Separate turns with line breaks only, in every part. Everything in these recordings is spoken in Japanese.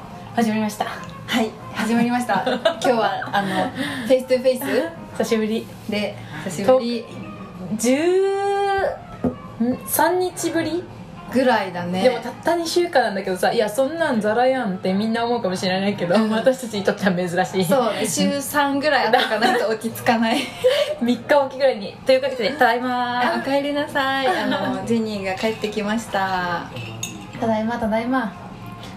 始まりました
はい始まりました 今日はあのフェイストゥフェイス
久しぶり
で久しぶり
13日ぶり、
ぐらいだね
でもたった2週間なんだけどさいやそんなんザラやんってみんな思うかもしれないけど、
うん
私たちにとっては珍しい
そう週3ぐらいあったかないと落ち着かない
3日おきぐらいにというわけでただい
あ
ま
お帰りなさいあのジェニーが帰ってきました
ただいまただいま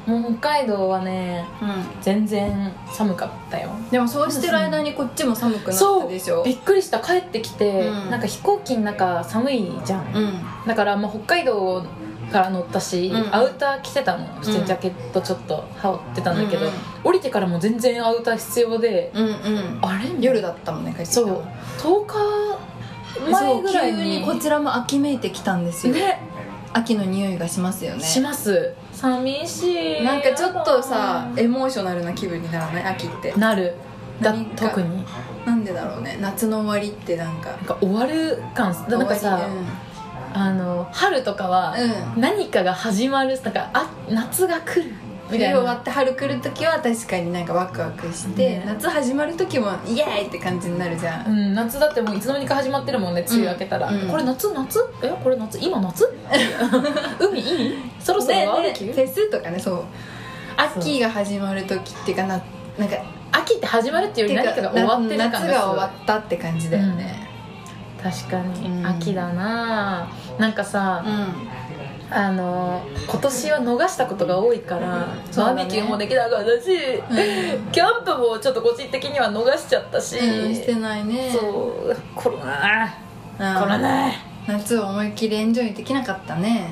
もう北海道はね
うん
全然寒かったよ
でもそうしてる間にこっちも寒くなっ
そ
た
う
でしょ
びっくりした帰ってきて、
うん
なんか飛行機の中寒いじゃん、
うん
だから、まあ、北海道から乗ったし、
うん
アウター着てたの普通
うん
にジャケットちょっと羽織ってたんだけど、
うんうん
降りてからも全然アウター必要で、
うんうん
あれ
夜だったもんね帰ってきた
そう
の
10日前ぐらい
そう急
に
にこちらも秋めいてきたんですよ、
ね
秋の匂いがしますよね
します寂しい
なんかちょっとさエモーショナルな気分にならない秋って
なるだ
何か
特に
なんでだろうね夏の終わりってなんか
なんか終わる感だなんかさ、
終わ
あの春とかは
りうん、
何かが始まるなんかあ夏が来るみた
冬
い
終
な
わって春来る時は確かになんかワクワクして、
ね
夏始まる時もイエーイって感じになるじゃ、
うんん、夏だってもういつの間にか始まってるもんね梅雨明けたら、
うんうん
これ夏夏えこれ夏今 夏海いいそろそろバーベキュー、
フェスとかねそう秋が始まる時っていうかななんか
秋って始まるっていうより何かが終
ていうか
わってる感
な
がす
夏
る
が終わったって感じだよね
確かに、
うん
秋だなあなんかさ、
う
あの今年は逃したことが多いから、
そう
バー
だね
ベキューもできなかったし、
ん、
キャンプもちょっと個人的には逃しちゃったし、
うんしてないね
そうコロナ
うん
コロナ、
夏を思いっきりエンジョイできなかった
う
ね、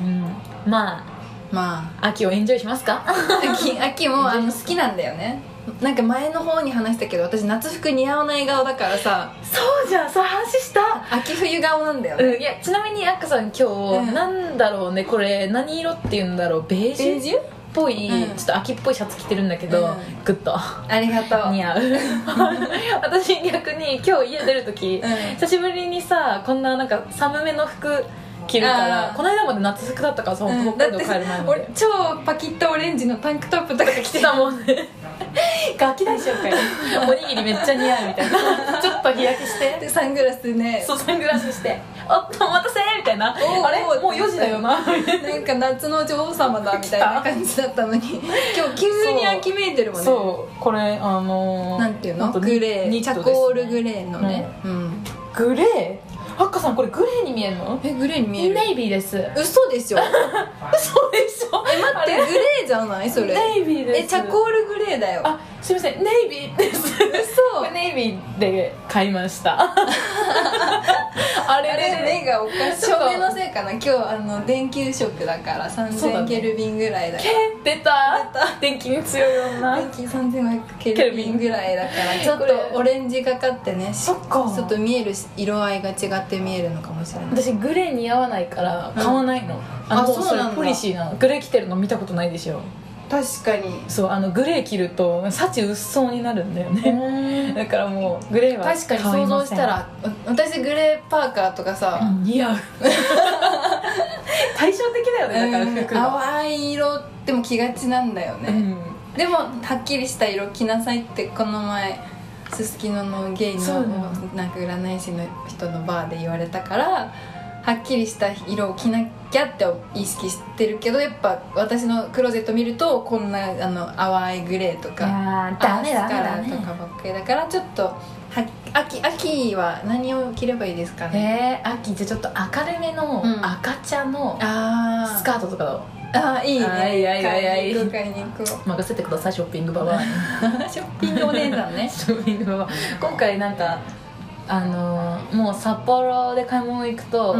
ん、まあ
まあ
秋をエンジョイしますか
秋秋もあの好きなんだよねなんか前の方に話したけど私夏服似合わない顔だからさ
そうじゃんそう話した
秋冬顔なんだよね、
うん、いやちなみにアッカさん今日、
ん
なんだろうねこれ何色っていうんだろうベージ
ベー
ュっ
ジュ
ぽい、
うん
ちょっと秋っぽいシャツ着てるんだけど、
うん
グッと
ありがとう
似合う 私逆に今日家出る時、
うん
久しぶりにさこんななんか寒めの服着るから
あー
この間まで夏服だったからさ、
うん
北海道帰る前ま
俺
で
超パキッとオレンジのタンクトップとか着
着
て
て たもんね ガキ大将かよおにぎりめっちゃ似合うみたいな ちょっと日焼けして
でサングラスでね
そうサングラスして 「おっとお待たせ!」みたいな「
おう
あれ
おう
もう4時だよな」みたい
なんか夏の女王様だみたいな感じだっ たのに今日急に秋めいてるも
なん
ね
そうこれあのー
なんていうの
ほと
グレー
ニ
チ
ッ
ャ
トです
コールグレーのね、うん
グレーアッカさんこれグレーに見えるの
えグレーに見える
ネイビーです嘘
嘘 でしょ
でしょえ
待ってグレーじゃないそれ
ネイビーです
えチャコールグレーだよ
あすいませんネイビーです
嘘
これネイビーで買いました あれ
あれ
ね
目がおかしい
そう
照明のせいかな今日あの電球色だから
そうだ
3000
ね
ケルビンぐらいだか
け
ら
出た電気に強い女
電気3500ケルビンぐらいだからちょっ
これ
とオレンジがかってねし
そっか
ちょっと見えるし色合いが違って見えるのかもしれない
私グレー似合わないから買わないの、あの
あ
もう
そ
そうれ
なんだ
ポリシーなのグレー着てるの見たことないでしょ
確かに
そうあのグレー着ると幸うっそうになるんだよねだからもうグレーは
確かに想像したらう私グレーパーカーとか
買い
さ、
ません似 合う対照的だよねだから服が、
淡い色でも着がちなんだよね、でもはっきりした色着なさいってこの前すすきののゲイ
そ
の
うなの
なんか占い師の人のバーで言われたからはっきりした色を着なきゃって意識してるけどやっぱ私のクローゼット見るとこんなあの淡いグレーと
い
か
やー
アースカラーとかばっかりだからちょっとは秋秋は何を着ればいいですかね、
えー、秋ってちょっと明るめの
うん
赤茶の
あー
スカートとかを
あーいいね
あいいあいいあいい
買いに行こう買いに行こ
任せてくださいショッピングババアに
うショッピングお姉さ んね
ショッピングは今回なんかあのーもう札幌で買い物行くと、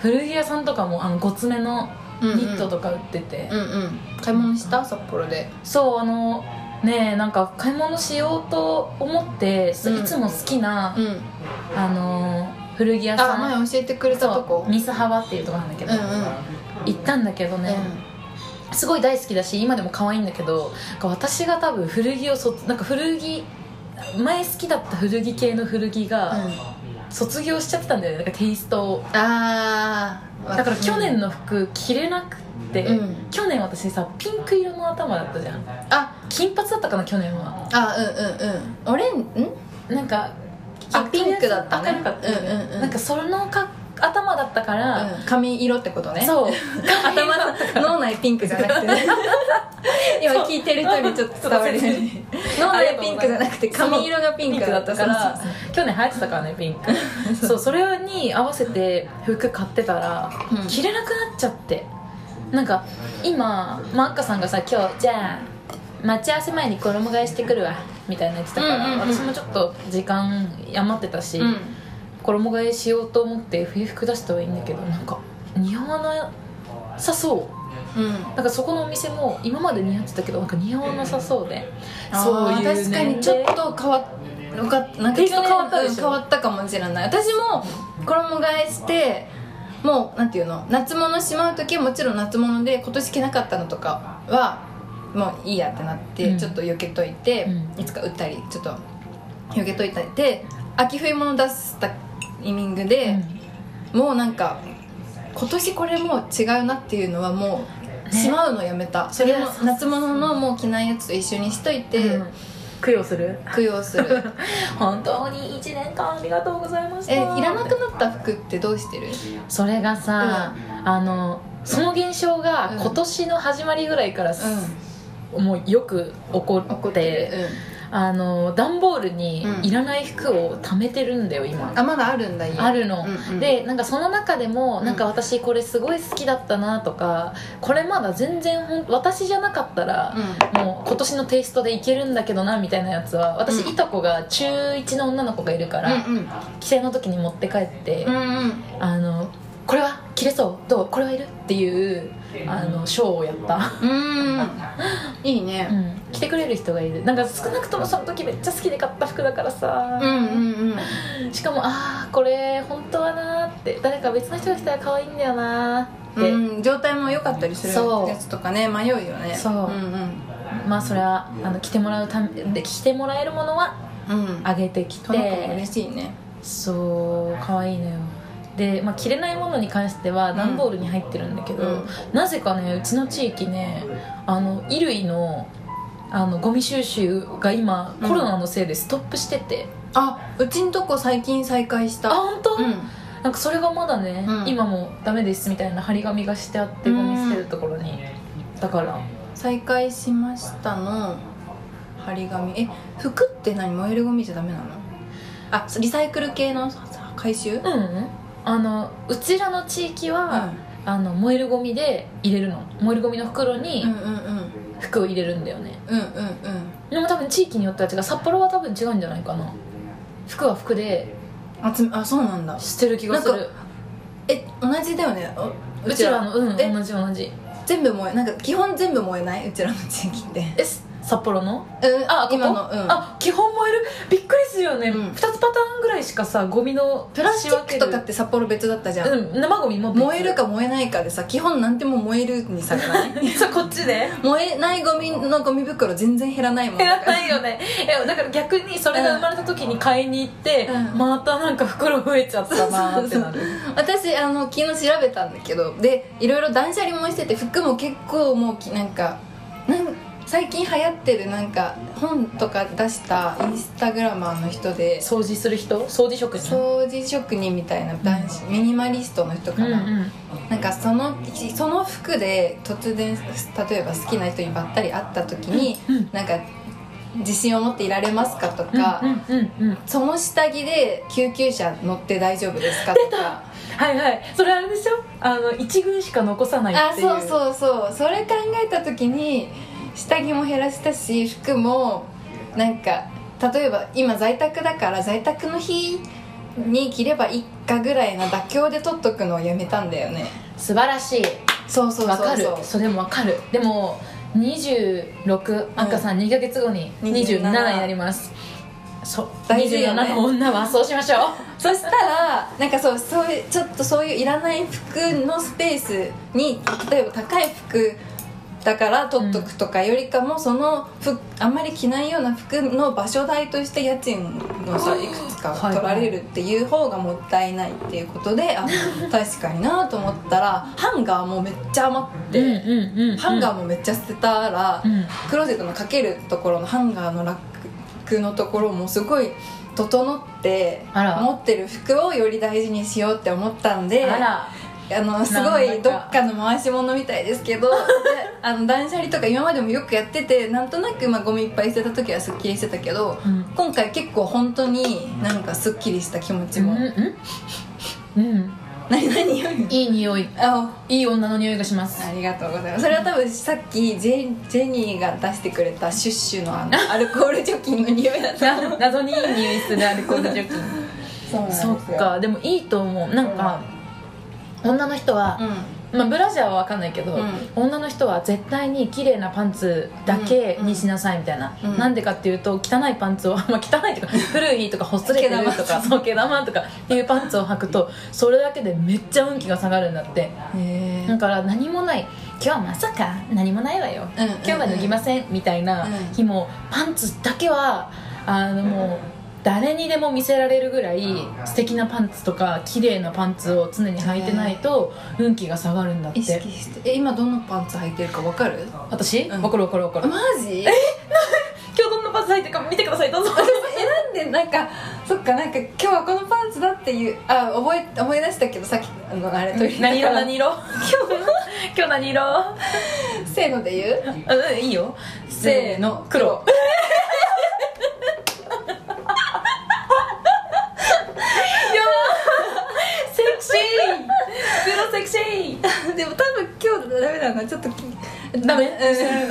古着屋さんとかもあのごつめの
うん
ニットとか売ってて、
うんうん買い物した札幌で
そうあのねえなんか買い物しようと思って、す
うん
いつも好きな、
ん
あのー古着屋さ
あ
ん
前教えてくれたとこ
ミスハワっていうとこなんだけ
うん
ど、
うん
行ったんだけどね、すごい大好きだし今でも可愛いんだけどなんか私が多分古着をそなんか古着前好きだった古着系の古着が、卒業しちゃってたんだよねなんかテイストを
ああ
だから去年の服着れなくって、
うん
去年私さピンク色の頭だったじゃん
あ
金髪だったかな去年は
あうんうんうんオレンん
なんか
あピンクだったね
明るかったよね、
うんうんうん
なんかそのか頭だったから、
うん髪色ってことね
そう
頭の脳内ピンクじゃなくてね 今聞いてる人にちょっと伝わるように脳内ピンクじゃなくて髪色がピンクだったから
去年流行ってたからねピン クそうそれに合わせて服買ってたら、
うん
着れなくなっちゃってなんか今マッカさんがさ今日じゃあ待ち合わせ前に衣替えしてくるわみたいな言ってたから、
うんうんうん
私もちょっと時間余ってたし、
うん
衣替えしようと思って冬服出したはいいんだけどなんか似合わなさそう
うん
なんかそこのお店も今まで似合ってたけどなんか似合わなさそうで
そ
そ
う
ういう
確かにちょっと変わっよかったなんか
テイスト変わったでしょ
うん変わったかもしれない私も衣替えしてもうなんていうの夏物しまう時はもちろん夏物で今年着なかったのとかはもういいやってなって、
うん
ちょっと避けといて、
う
いつか売ったりちょっと避けといたりで秋冬物出したタイミングで、もうなんか今年これもう違うなっていうのはもうしまうのやめた、それも
いやそうそう
夏物のもう着ないやつと一緒にしといて、
で供養する
供養する
本当に1年間ありがとうございました
えいらなくなった服ってどうしてる
それがさ、あのその現象が今年の始まりぐらいからす、もうよく起こって
怒ってる、
あの段ボールに
うん
いらない服を貯めてるんだよ今、
うん、あまだあるんだ家
あるの、
うんうん
でなんかその中でも
うん
なんか私これすごい好きだったなとかこれまだ全然ほん私じゃなかったら
うん、
もう今年のテイストでいけるんだけどなみたいなやつは私、
うん
いとこが中1の女の子がいるから、
うんうん
帰省の時に持って帰って、
うんうん
あのこれは着れそうどうこれはいるっていうあのショーをやった、
うんいいうね
ん、着てくれる人がいるなんか少なくともその時めっちゃ好きで買った服だからさ、
うんうんうん
しかもああこれ本当はなーって誰か別の人が着たら可愛いんだよなーって、
うん、状態も良かったりする
そう
やつとかね迷うよね
そうん
うん
まあそれはあの着てもらうためで着てもらえるものは
うん
あげてきて
その子も嬉しいね
そう可愛いのよで、まあ、着れないものに関しては段ボールに入ってるんだけど、
うん
なぜかねうちの地域ねあの衣類のあのゴミ収集が今
うん
コロナのせいでストップしてて、
あうちんとこ最近再開し
あ
た
本当、
うん
なんかそれがまだね、
うん
今もダメですみたいな張り紙がしてあって
うん
ゴミ捨てるところに、だから
再開しましたの張り紙え服って何燃えるゴミじゃダメなのあリサイクル系の回収うん
ううんあのうちらの地域は、あの燃えるゴミで入れるの燃えるゴミの袋に
うんうんうん
服を入れるんだよね、
うんうん
でも多分地域によっては違う札幌は多分違うんじゃないかな服は服で
うん集めあそうなんだ
捨てる気がす
なん
る
え同じだよねお
うちらのうん
え
同じ同じ
全部燃えなんか基本全部燃えないうちらの地域って
えす札幌の
うん
あここ
今のうん
あ基本燃えるびっくりするよね、
う
二
ん
2つパターンぐらいしかさゴミの
プラスチックとかって札幌別だったじゃん、
うん生ゴミも
燃えるか燃えないかでさ基本なんても燃えるにされない
そうこっちで
燃えないゴミのゴミ袋全然減らないもん
減らないよねいやだから逆にそれが生まれた時に買いに行って、
うん
またなんか袋増えちゃったなーってなる
私あの昨日調べたんだけどでいろいろ断捨離もしてて服も結構もうきなんかなん最近流行ってるなんか本とか出したインスタグラマーの人で
掃除する人掃除職人
掃除職人みたいな男子ミニマリストの人かな、
うん
なんかそのその服で突然例えば好きな人にばったり会った時に、
うん
なんか自信を持っていられますかとか、
うんうんうんうん
その下着で救急車乗って大丈夫ですかとか。
はいはいそれあれでしょあの一軍しか残さない
あ
っていう
そうそうそうそれ考えた時に下着も減らしたし服もなんか例えば今在宅だから在宅の日に着ればいいかぐらいの妥協で取っとくのをやめたんだよね
素晴らしい
そうそうそう
わ
そう
かるそれもわかるでも26赤さん2ヶ月後に27になりますそう
大事よね
27の女はそうしましょ
そしたらなんかそうそういうちょっとそういういらない服のスペースに例えば高い服だから取っとくとかよりかもその服あんまり着ないような服の場所代として家賃のさいくつか取られるっていう方がもったいないっていうことであ確かになと思ったらハンガーもめっちゃ余 って、
うんうんうん
ハンガーもめっちゃ捨てたら、
うん
クローゼットのかけるところのハンガーのラックのところもすごい整って
あら
持ってる服をより大事にしようって思ったんで
あら
あのすご
なん
い
だ
ど
か
っかの回し物みたいですけどであの断捨離とか今までもよくやっててなんとなくまあゴミいっぱい捨てた時はすっきりしてたけど、
うん
今回結構本当になんかすっきりした気持ち
うん
も、
うんうん
何何 より
いい匂い
あ
いい女の匂いがします
ありがとうございますそれは多分さっきジェジェニーが出してくれたシュッシュのあ のアルコール除菌の匂いだっ た
な謎にいい匂いするアルコール除菌
そうなんです
そっかでもいいと思うなんか、女の人は
う、ん
まあ、ブラジャーは分かんないけど、
うん
女の人は絶対に綺麗なパンツだけにしなさいみたいな、
うん
なんでかっていうと汚いパンツを、ま あ、汚いとか古いとかほつれてると
毛玉
かそう毛玉とかっていうパンツを履くとそれだけでめっちゃ運気が下がるんだって
へ
だから何もない今日はまさか何もないわよ、
うんうんうん
今日は脱ぎませんみたいな
うん
日も、パンツだけはあのもう誰にでも見せられるぐらい素敵なパンツとか綺麗なパンツを常に履いてないと運気が下がるんだっ
意
て
識してえ今どのパンツ履いてるかわかる
私
うん
わかるわかるわかる
マジ
今日どんなパンツ履いてるか見てください どうぞ
えなんでなんかそっかなんか今日はこのパンツだっていうあ覚え思い出したけどさっきあのあれと
何色 何色今日何色
せーので言う
うんいいよ
せーの
黒セクシー黒セクシー
でも多分今日ダメだなちょっとき
ダメ
うん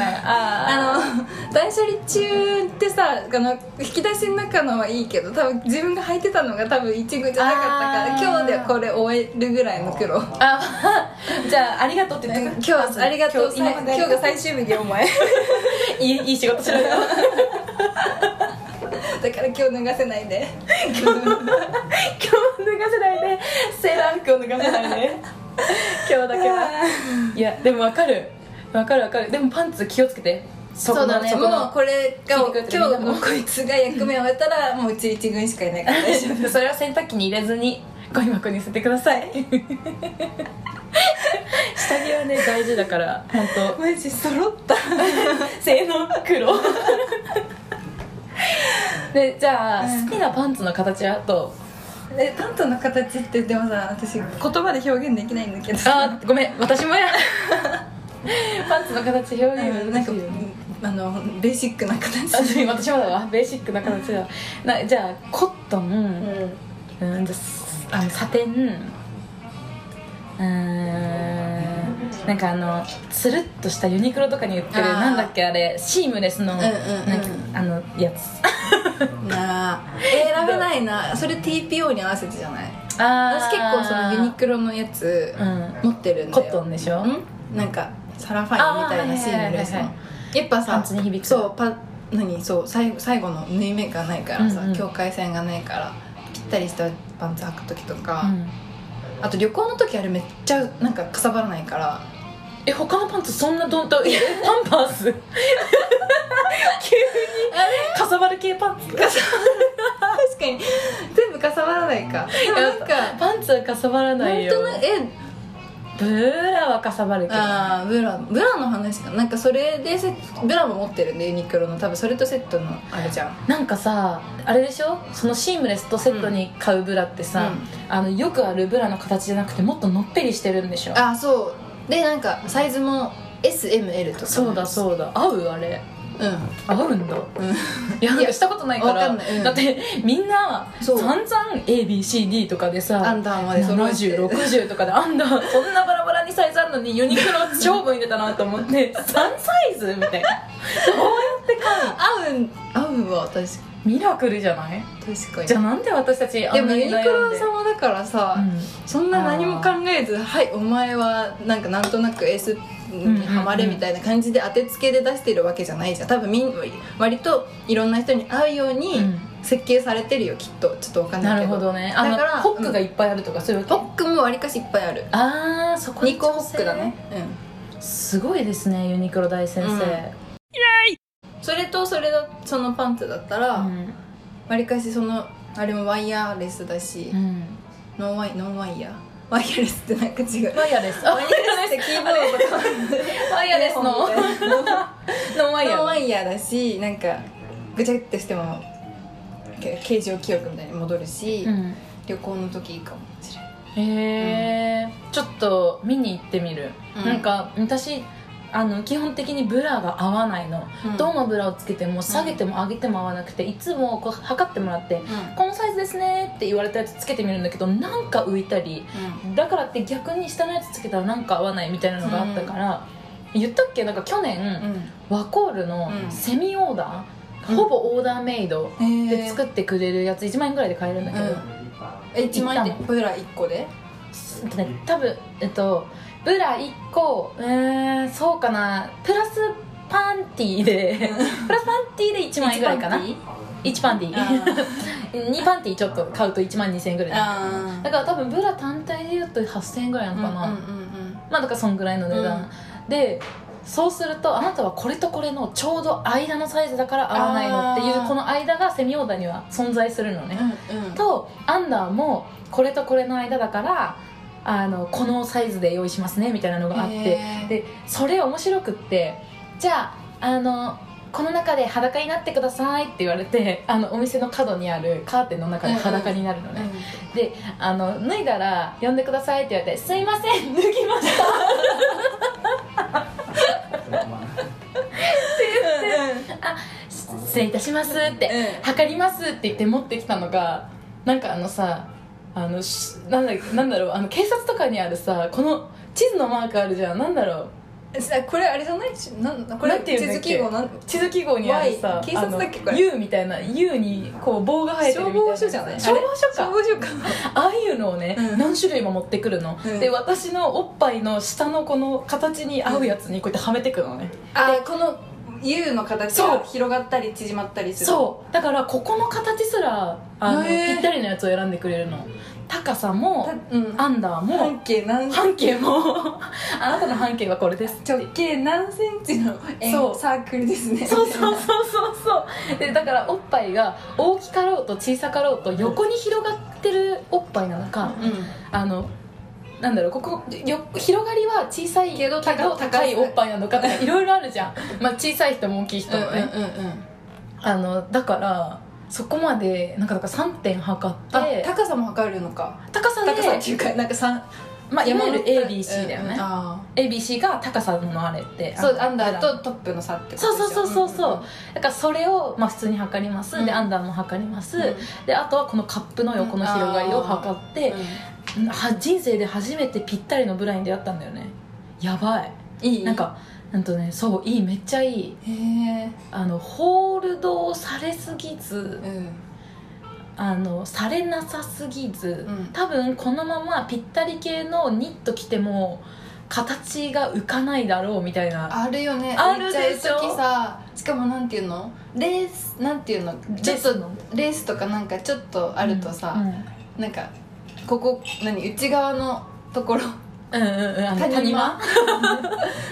あ
あの断捨離中ってさあの引き出しの中のはいいけど多分自分が履いてたのが多分一軍じゃなかったか
あ
ら
ー
今日でこれ終えるぐらいの苦労
ーあじゃあありがとうって言って
今日はありがとう
今
今今日が最終日でお 前
いいいい仕事しろよ
だから今日逃せないで
今日脱がせないでセーラー服を脱がせないで今日だけはいやでもわかるわかるわかるでもパンツ気をつけてそこ
そう
の
だね
そこの
もうこれが
聞いてくれてる
今日もうこいつが役目を終えたらもううち一軍しかいないから大丈 夫
それは洗濯機に入れずにゴミ箱に捨ててくださ い下着はね大事だから本当
マジ揃った
性能黒でじゃあ、
うん
好きなパンツの形はあと
えパンツの形ってでもさ私言葉で表現できないんだけど
あーごめん私もや パンツの形表現
うん な
難
んか
しいよね
あのベーシックな形
あそう私もだわベーシックな形だわなじゃあコットン、うん、じゃあすあのサテンうーんなんかあのつるっとしたユニクロとかに売ってる
あー
なんだっけあれシームレスの、
んうんうん
なんかあのやつ
なあえ選べないなそれ TPO に合わせてじゃない
あ
私結構そのユニクロのやつ
ロうん
持ってるんだ
コ
よ
ットンでしょ
んなんかサラファインみたい
あ
な
ー
シームレスの
はいはい
や
は
っぱさ
パンツに響く
そうパ何そう最後最後の縫い目がないからさ、
うんうん
境界線がないからぴったりしたパンツ履く時とか、
うん
あと旅行の時あれめっちゃなんかかさばらないから
え他のパンツそんなどんとえパンパース 急にかさばる系パンツ
確かに全部かさばらないかでもなんか
パンツはかさばらない
本
よ
当のえ
ブーラはかさばるけど
あーブラブラの話かなんかそれでセブラも持ってるんでユニクロの多分それとセットのあれじゃん
なんかさあれでしょそのシームレスとセットに買うブラってさ、あのよくあるブラの形じゃなくてもっとのっぺりしてるんでしょ
あそうでなんかサイズも SML とか
そうだそうだ合うあれ
うん
合うんだ、
うん
いやなん
い
か
や
したことないから
わかんないうん
だってみんな
そ
散
う
々 ABCD とかで
ア
さ
ンダーまで揃えて
7060とかであんだこんなバラバラにサイズあんのにユニクロ勝負に出たなと思 って3サイズみたいな
合うん合うわ確か
ミラクルじゃない
確かに
じゃあなんで私たちあ
で
ん
も
なに
ユ
悩んで
ニクロ様だからさ、
うん
そんな何も考えず「はいお前はなんかなんとなく S にハマれ」みたいな感じで当てつけで出してるわけじゃないじゃん多分みん割といろんな人に合うよう
う
に
ん
設計されてるよきっとちょっとわかん
な
ない
る
けど
ほどねあの
だから
ホックがいっぱいあるとかそういうわけ
ホックもわりかしいっぱいある
ああそこ
2個
調
ホ
整
ックだね
すごいですねユニクロ大先生、
それとそれだそのパンツだったら
う
わ
ん
り、かしそのあれもワイヤーレスだし、
うん
ノンワイノンワイヤーワイヤーレスってなんか違う
ワイヤレスあ
ワイヤーレスってキーボードとか
ワイヤレスの
ノ
ノンワイヤ
ン
ー
ワイヤーだしなんかぐちゃってしてもけ形状記憶みたいに戻るし、
うん
旅行の時いいかもしれない
へえ、ちょっと見に行ってみる、
うん
なんか私あの基本的にブラが合わないの、
うん
どのブラをつけても下げても上げても合わなくていつもこう測ってもらって「このサイズですね」って言われたやつつけてみるんだけどなんか浮いたりだからって逆に下のやつつけたらなんか合わないみたいなのがあったから、言ったっけなんか去年、
うんうん
ワコールの
うん
セミオーダー、
うん
ほぼオーダーメイド
うん
で作ってくれるやつ1万円ぐらいで買えるんだけど、
うんえ1万円でブラ1個で
えっとね多分えっとブラ1個うーんそうかなプラスパンティーでプラスパンティーで1万円ぐらいかな
一
1パンティ
パン
ー
ティー
2パンティーちょっと買うと1万2000円ぐらい だ
あ
だから多分ブラ単体で言うと8000円ぐらいな
あ
のかな、
うんうんうん
まあだからそんぐらいの値段、でそうするとあなたはこれとこれのちょうど間のサイズだから合わないのって
あ
いう
ー
この間がセミオーダーには存在するのね、
うんうん
とアンダーもこれとこれの間だからあのこのサイズで用意しますねみたいなのがあって
へー
でそれ面白くってじゃああのこの中で裸になってくださいって言われてあのお店の角にあるカーテンの中で裸になるのね、であの脱いだら呼んでくださいって言われて「すいません脱ぎました」し失礼いたしますって測りますって言って持ってきたのがなんかあのさあのしなんだなんだろうあの警察とかにあるさこの地図のマークあるじゃんなんだろう
うんさこれあれじゃないちなんこ
な
れ
んていうんだっ
続
け
き号なん
地図記号にあるさ
Y 警察だっけ
あの
これ
U みたいな U にこう棒が生えてるみた
消
いな
防署じゃない
消防署
消
か
防署か
ああいうのをね、
うん
何種類も持ってくるの、
うん
で私のおっぱいの下のこの形に合うやつにこうやってはめてくのね、
あこの U の形
そう
が広がったり縮まったりする
そうだからここの形すらあの、
へー
ぴったりのやつを選んでくれるの高さも
たうん
アンダーも、
半径何
半径も あなたの半径はこれですって
直径何センチの円
そう
サークルですね
そうそうそうそうそうでだからおっぱいが大きかろうと小さかろうと横に広がってるおっぱいなのか
う
あのなんだろうここよ広がりは小さいけど高
ど
高い
高い
おっぱいなのか とかいろいろあるじゃん、まあ、小さい人も大きい人
ん
もね、あのだからそこまでなんかだから3点測っ
あ
て
高さも測るのか
高さで
高さっていうかなんか三
まあ、いわゆる
山の
ABC だよね、
うんうんあ
ABC が高さのあれって
ーそ
あ
う
の
アンダーとトップの差ってこと
そう
でし
そ
ょ
うそうそうそうだからそれを、まあ、普通に測ります、で
うん
アンダーも測ります、
うんうん
であとはこのカップの横の広がりを測って、は人生で初めてぴったりのブラインでやったんだよねやばい
うんいい
なんかなんとねそういいめっちゃいい
へえ
あのホールドをされすぎず
うん
あのされなさすぎず、
うん
多分このままぴったり系のニット着ても形が浮かないだろうみたいな
あるよね
あるでしょ
行っちゃう時さしかもなんていうのレースなんていうのちょっとレースとかなんかちょっとあるとさ、なんかここ何内側のところ
うんうんうんあの谷間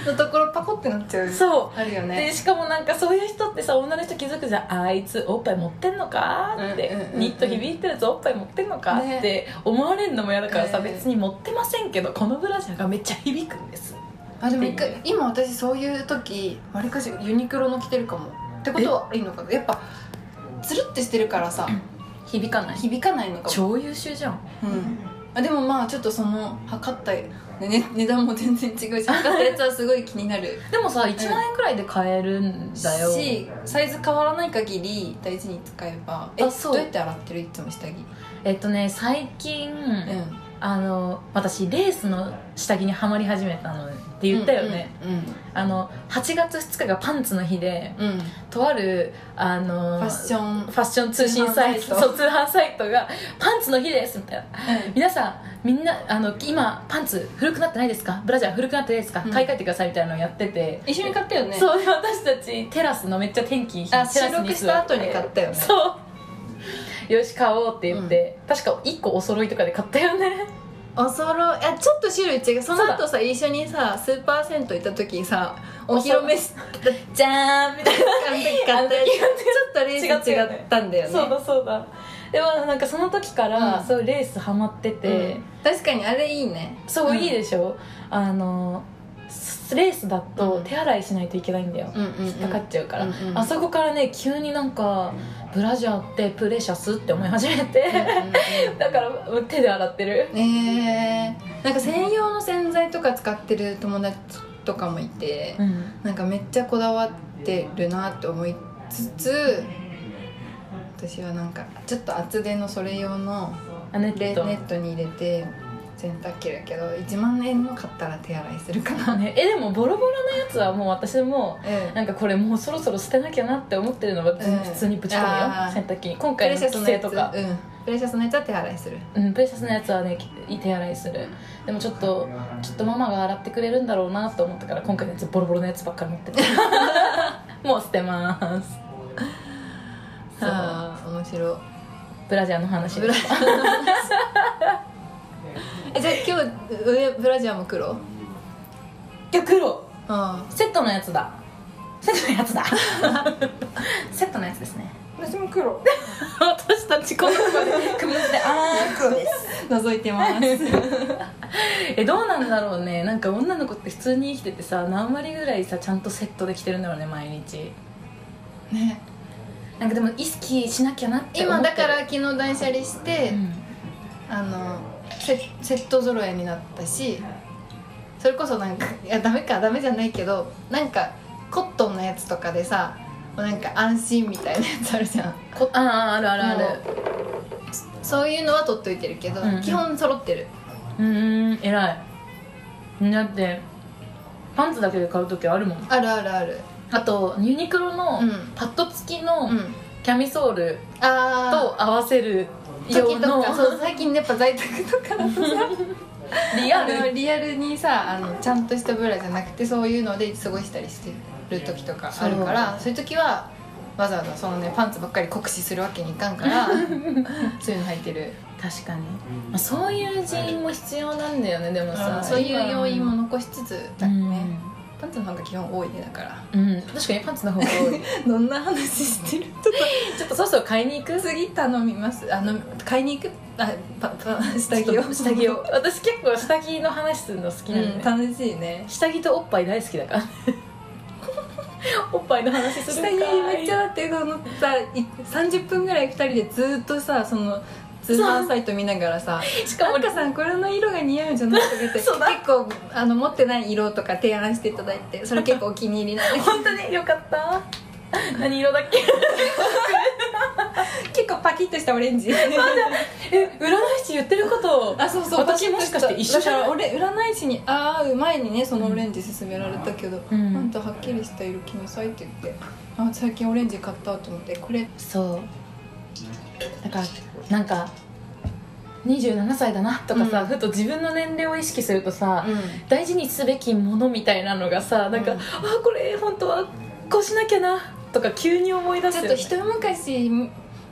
のところパコってなっちゃう
そ
あるよ
う、
ね
でしかもなんかそういう人ってさ女の人気づくじゃんあいつおっぱい持ってんのかって、
うんうんうんうん
ニット響いてるぞおっぱい持ってんのか
ね
って思われるのも嫌だからさ、
うん
別に持ってませんけどこのブラジャーがめっちゃ響くんです
あでも一回今私そういう時わりかしユニクロの着てるかもってことはいいのかなやっぱつるってしてるからさ
響かない
響かないのかも、
超優秀じゃん
うん、あでもまあちょっとその測った、ね、値段も全然違うし測ったやつはすごい気になる
でもさ1万円くらいで買えるんだよ、
しサイズ変わらない限り大事に使えばえ
あそう
どうやって洗ってるいつも下着
えっとね最近、
うん
あの私レースの下着にはまり始めたのって言ったよね、
うん
あの8月2日がパンツの日で
うん、うん
とあるあの
ファッション
ファッション通信サイ
通販サ
ト
イ
そ
ト
う通販サイトが「パンツの日です」みたいな皆さんみんなあの今パンツ古くなってないですかブラジャー古くなってないですか、
うん
買い替えてくださいみたいなのをやってて
一緒に買ったよね
そうで私たちテラスのめっちゃ天気いい日
あ
テラスに座って
収録した後に買ったよね
そうよし買おうって言って、確か1個お揃いとかで買ったよね
おそろいやちょっと種類違うその
そうだ
後さ一緒にさスーパー銭湯行った時さお披露目した
じゃーんみたいな
買ったやつちょっとレース違
違
っ
った
んだよね
そうだそうだでもなんかその時から、
うん
そういうレースハマってて、
うん確かにあれいいね
そう、
うん
いいでしょあのスレースだと
うん
手洗いしないといけないんだよ、
うんうん、うん、
引っかかっちゃうから、
うんうん
あそこからね急になんかブラジャーってプレシャスって思い始めて、だからもう手で洗ってる
えー、なんか専用の洗剤とか使ってる友達とかもいて、
うん
なんかめっちゃこだわってるなって思いつつ私はなんかちょっと厚手のそれ用の
あネ
レ
ッ
ネ
ト
ットに入れて洗濯機だけど1万円の買ったら手洗いするかな、
ねえでもボロボロのやつはもう私も
うん、
なんかこれもうそろそろ捨てなきゃなって思ってるのは全
うん
然普通にぶち込むよ、
あー
洗濯機に今
プ
回
レ
の
シャス
規
の
制
やつ
とか
うん、プレシャスのやつは手洗いする
うん、プレシャスのやつはねき手洗いするでもちょっときっとママが洗ってくれるんだろうなと思ったから今回のやつボロボロのやつばっかり持って てもう捨てますそう
ああ面白い
ブラジャーの話
ブラジャー えじゃあ今日上ブラジャーも黒うん
いや黒
あ
セットのやつだセットのやつ だセットのやつですね
私も黒
私たちこのとこで組み立てあー黒です
覗い てます
えどうなんだろうねなんか女の子って普通に生きててさ何割ぐらいさちゃんとセットできてるんだろうね毎日
ね
なんかでも意識しなきゃなって思
今
って
だ
る
から昨日断捨離して、
うん
あのセセット揃えになったしそれこそなんかいやダメかダメじゃないけどなんかコットンのやつとかでさもうなんか安心みたいなやつあるじゃん
こあああるあるある
そういうのは取っといてるけど、
うんうん
基本揃ってる
うーん偉いだってパンツだけで買う時あるもん
あるあるある
あとユニクロの
うん
パッド付き
う
の
ん
キャミソール
ああ
と合わせる用
時と
の
かそう最近やっぱ在宅とかだとさ
リア
あの
ル
リアルにさあのちゃんとしたブラじゃなくてそういうので過ごしたりしてる時とかあるからそういう時はわざわざそのねパンツばっかり酷使するわけにいかんから そういうの履いてる
確かに、まあ、そういう人員も必要なんだよねでも
そ
さ
うそういう要因も
ね、
残しつつ
う
だ
ん
ね、パンツの方が基本多いねだから
うん、確かにパンツの方が多い
どんな話してる ちょっ
ちょっとそろそろ買いに行く
と次頼みますあの買いに行くあパパ下着
ちょっ
を
と下着を私結構下着の話するの好き
う
なんで、
ん楽しいね
下着とおっぱい大好きだ からおっぱいの話する
下
かい
着めっちゃだってそのさい30分ぐらい2人でずっとさその通販サイト見ながらさ「
しかも
赤さんこれの色が似合うんじゃない?」とか言って結
そうだ
構あの持ってない色とか提案していただいてそれ結構お気に入りなんで
本当によかった何色だっけ
結構パキッとしたオレンジ
え占い師言ってること
あそうそう
私もしかして一緒じゃない
だから俺占い師に会う前にねそのオレンジ勧められたけど「
うん
あんたはっきりした色着なさい」って言って「あ最近オレンジ買った」と思ってこれ
そうだからなんか27歳だなとかさ、
うん
ふと自分の年齢を意識するとさ、
ん
大事にすべきものみたいなのがさなんか、
うん
あこれ本当はこうしなきゃなとか急に思い出すよ、
ちょっ
ね、
と一昔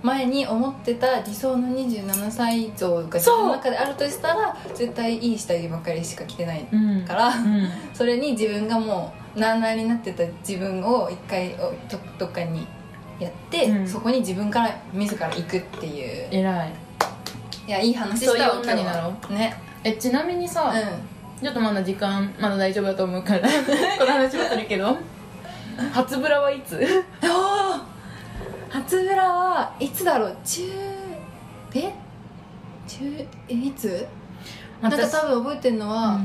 前に思ってた理想の27歳像が自
そう
分の中であるとしたら絶対いい下着ばっかりしか着てない
うん
から、
うん
それに自分がもうなあなあになってた自分を一回おどどっかにやって、
うん
そこに自分から自ら行くっていう
偉い
いやいい話したわ
そういう女になろ
今日はね
えちなみに
う
さ、ちょっとまだ時間まだ大丈夫だと思うから この話はするけど初ブラはいつ
んあー初ブラはいつだろう中え中えいつなんか多分覚えてるのは、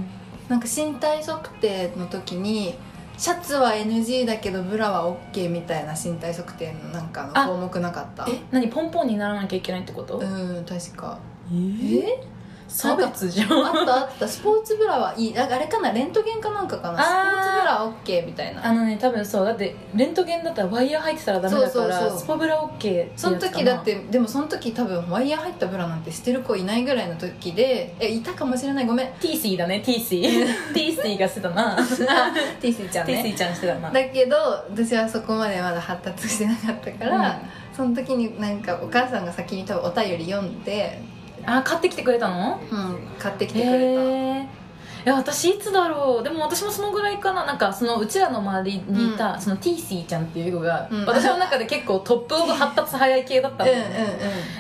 なんか身体測定の時にシャツは NG だけどブラは OK みたいな身体測定のなんか
あ
の項目なかった
え何ポンポンにならなきゃいけないってこと
うん確か
え
え
差別じゃん
あったあったスポーツブラはいいなんかあれかなレントゲンかなんかかなスポーツブラは OK みたい
あ
な
のね多分そうだってレントゲンだったらワイヤー入ってたらダメだから
そうそうそう
スポブラ OK ってやつか
そ
な
の時だってでもその時多分ワイヤー入ったブラなんてしてる子いないぐらいの時でえいたかもしれないご めん
TC だね TCTC がしてたな
ティースイちゃんね
TC ちゃんしてたな
だけど私はそこまでまだ発達してなかったから、その時になんかお母さんが先に多分お便り読んで
あ買ってきてくれたの
うん、買ってきてくれた、
へえいや私いつだろうでも私もそのぐらいかななんかそのうちらの周りにいた、そのティーシーちゃんっていう子が、
うん
私の中で結構トップオブ発達早い系だったの、
う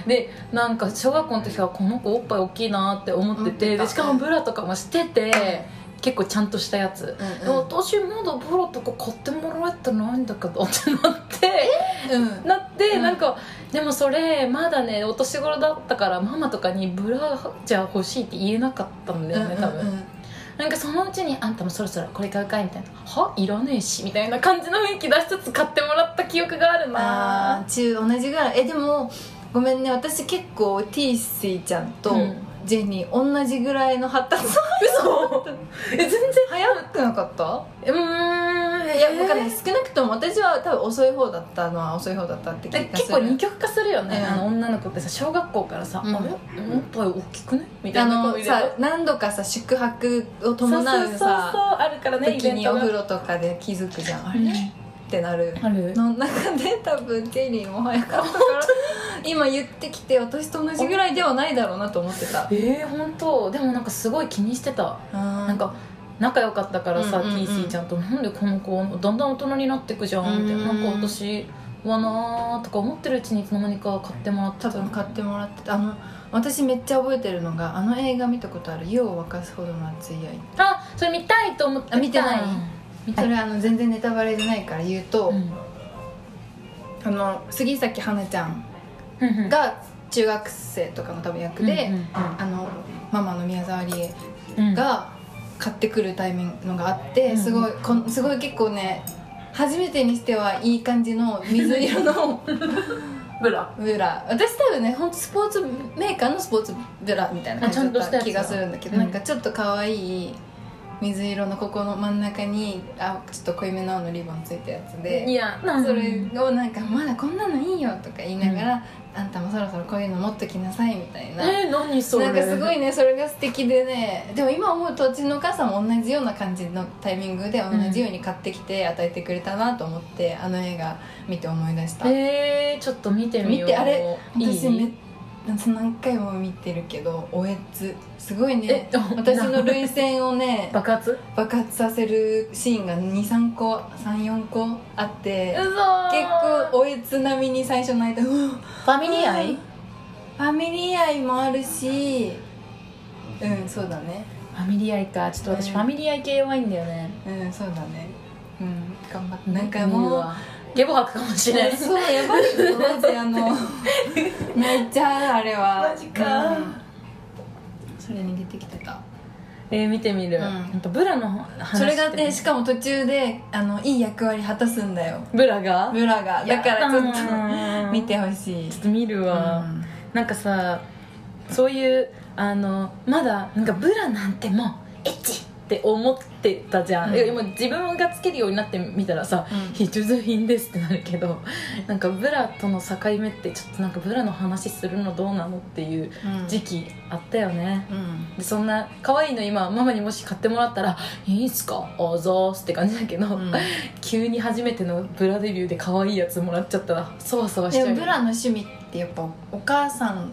でなんか小学校の時からこの子おっぱい大きいなって思って
思って
て
た
でしかもブラとかもしてて結構ちゃんとしたやつ、
ん
で私まだブラとか買ってもらえてないんだけどってなって
うんうん
なって、
うん
なんかでもそれまだねお年頃だったからママとかにブラじゃ欲しいって言えなかったんだよね多分、
うんうんうん
なんかそのうちに「あんたもそろそろこれ買うかい」みたいな「はいらねえし」みたいな感じの雰囲気出しつつ買ってもらった記憶がある
あ
な
ー中同じぐらいえでもごめんね私結構ティースイちゃんと
うん
ジェニー同じぐらいの発達
嘘え全然
早くなかった
うーん
いやわかんない少なくとも私は多分遅い方だったのは遅い方だったって気が
え
する
結構二極化するよね、
うん
あの女の子ってさ小学校からさ「
うん
あれおっぱい大きくね?」みた
あ
いな子
の
いるよ
さ何度かさ宿泊を
そうそう
伴う
そうそう
さ
あるからねイ
時
ベン
に
ト
お
が
風呂とかで気づくじゃんあれ、
うん
ってなる
ある
の中で多分ジェリーも早かったから今言ってきて私と同じぐらいではないだろうなと思ってた
えー、本当でもなんかすごい気にしてた
な
なんか仲良かったからさ、
うんうんうん
TC ちゃんと「なんでこの子だんだん大人になってくじゃん」みたいな「な
う
んんか私はな」とか思ってるうちにいつの間にか買ってもらって
多
た
分買ってもらってたあの私めっちゃ覚えてるのがあの映画見たことある「湯を沸かすほどの熱い愛
あそれ見たいと思ってた
あ見てない
見」て
そ
ない、
れあの全然ネタバレじゃないから言うと、
うん
あの杉咲花ちゃん
うんうん
が中学生とかの多分役で、あのママの宮沢りえ
うんうん
が買ってくるタイミングのがあって、
うん
すごいこんすごい結構ね初めてにしてはいい感じの水 色の
ブラ
ブラ私多分ね本当スポーツメーカーのスポーツブラみたいな
あちゃ
感
んと
じだ
し
ったた
やつだ
気がするんだけど、
うん
なんかちょっと可愛い水色のここの真ん中にあちょっと濃いめの青のリボンついたやつで
いやなん
それをなんか「まだこんなのいいよ」とか言いながら「あんたもそろそろこういうの持っときなさい」みたいな、
えー、何それ
なんかすごいねそれが素敵でねでも今思うとうちのお母さんも同じような感じのタイミングで同じように買ってきて与えてくれたなと思って、あの映画見て思い出した、
えー、ちょっと見てみよう
見てあれ
いい
私め何回も見てるけどおえつすごいね
え
私の涙腺を ね
爆発
爆発させるシーンが23個34個あって
うそ
結構おえつ並みに最初泣いたうわ
ファミリー愛
ファミリー愛もあるしうんそうだね
ファミリー愛かちょっと私
うん
ファミリー愛系弱いんだよね
うんそうだねうん頑張ってなんかも
見る
う
わゲボ吐くかもしれない
そうやばいよマジあ の泣いちゃうあれは
マジか
うんそれに出てきてた
えー、見てみる、
うん
やっぱブラの話
それがねし
し
かも途中であのいい役割果たすんだよ
ブラが
ブラがだからちょっと見て
ちょ
ほしい
っと見るわ、なんかさそういうあのまだなんかブラなんてもうエッチって思ってたじゃん、
うん
いやでも自分がつけるようになってみたらさ
うん
必需品ですってなるけどなんかブラとの境目ってちょっとなんかブラの話するのどうなのっていう
うん
時期あったよね
うん
でそんな可愛いの今ママにもし買ってもらったら「いいんすかあざーす」って感じだけど、
うん
急に初めてのブラデビューで可愛いやつもらっちゃったらそわそわしちゃ
で
うよね
もブラの趣味ってやっぱお母さん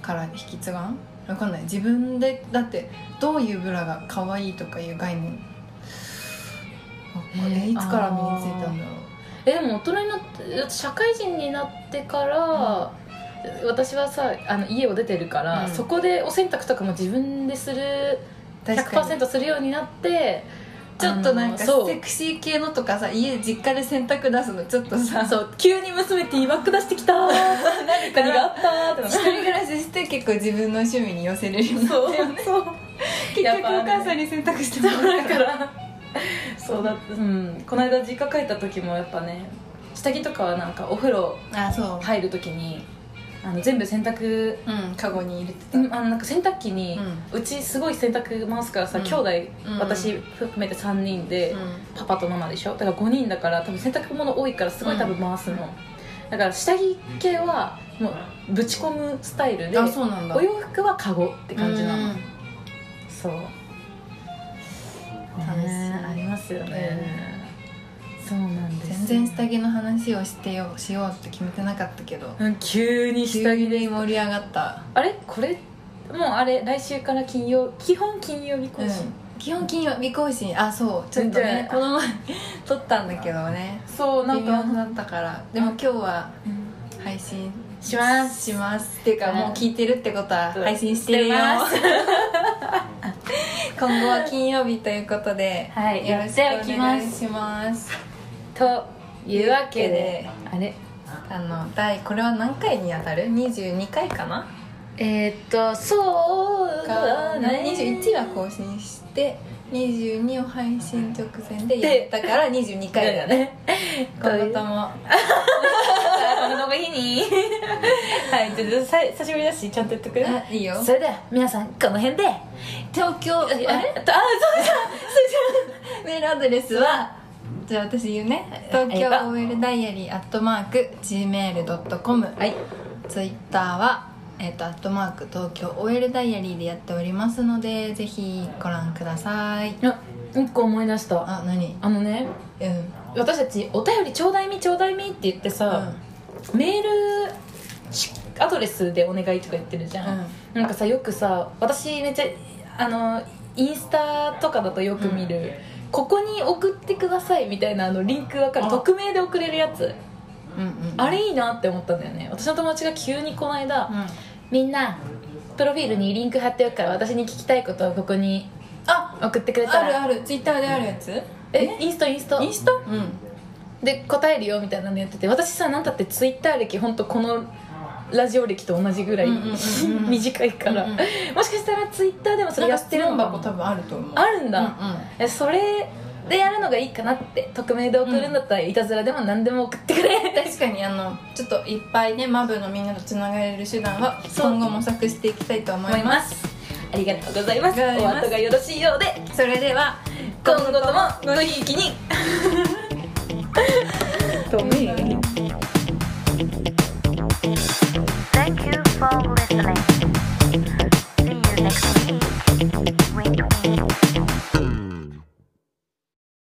から引き継がんわかんない自分でだってどういうブラが可愛いとかいう概念
えー
えいつから身についたんだろう
えでも大人になって社会人になってから、私はさあの家を出てるから、
うん
そこでお洗濯とかも自分でする
確かに
100%するようになって
ちょっとなんか
あのそ
セ
う
クシー系のとかさ家実家で洗濯出すのちょっとさ
そう急に娘ティーバッグ出してきたー何
から
があったー ってな
一人暮らしして結構自分の趣味に寄せれるようにな
そう
って
そう
結
やっ
局お
ぱね
母さんに洗濯してもら
だ
う
か
から
らそうだうんこの間実家帰った時もやっぱね下着とかはなんかお風呂
あそ
入る時にあの全部洗濯
ううんカゴに入れてた
うんあのなんか洗濯機に、うちすごい洗濯回すからさ、
うん
兄弟、
うん
私含めて3人で、
うん
パパとママでしょだから5人だから多分洗濯物多いからすごい多分回すの、だから下着系はもうぶち込むスタイルで
あそうなんだ
お洋服はカゴって感じなの、
うん
そう
楽しい
ねありますよね、そうなんです
全然下着の話をしてよしようって決めてなかったけど
うん急に下
下
着
着
で
で盛り上がった
あれこれもうあれ来週から金曜基本金曜日更新、
基本金曜日更新あそうちょっとね
じ
この前撮ったんだけど ね
そうな
微
ん
妙
か、
だったからでも今日は配信
します
しますっていうか
うん
もう聞いてるってことは
そう
配信してるよ
してます
今後は金曜日ということで
はい
よろしく
やってお
お
きま
願
す
いします
というわけであれ
あの第これは何回にあたる22回かな
えー、っとそう
か
だね
21は更新して22を配信直前でやったから22回だね
ね
今後とも
この日に はいちょっとさ久しぶりだしちゃんと言ってくれ
あいいよ
それでは皆さんこの辺で
東京
あれ
あれ
あそうじゃ
メールアドレスはじゃあ私言うね東京 OL ダイアリーアットマーク Gmail.com
はい
ツイッターはえっ、とアットマーク東京 OL ダイアリーでやっておりますのでぜひご覧ください
あ一個思い出した
あ何
あのね
うん
私たちお便りちょうだいみちょうだいみって言ってさ、メールアドレスでお願いとか言ってるじゃん、なんかさよくさ私めっちゃあのインスタとかだとよく見る、ここに送ってくださいみたいなあのリンクわかる
あ
匿名で送れるやつ
うんうんうん
あれいいなって思ったんだよね私の友達が急にこの間、
うん
みんなプロフィールにリンク貼っておくから私に聞きたいことをここに
あ
送ってくれた
ある
ら
あるツイッターであるやつ
えインスタインスタ
インスタうん
で答えるよみたいなのやってて私さなんだってツイッター歴本当このラジオ歴と同じぐらい
うんうんうんう ん
短いから、
うんうん
もしかしたらツイッターでもそれやってるのか
なんか質問箱
も
多分あると思う
あるんだ、
う
えそれでやるのがいいかなって匿名で送るんだったらいたずらでも何でも送ってくれ、
んうん確かにあのちょっといっぱいねマブのみんなとつながれる手段は今後模索していきたいと思
思
い
い
ま
ますありがとうございます
ありがとうございま
お
す
後がよろしいようです
それでは
今後ともごひいきに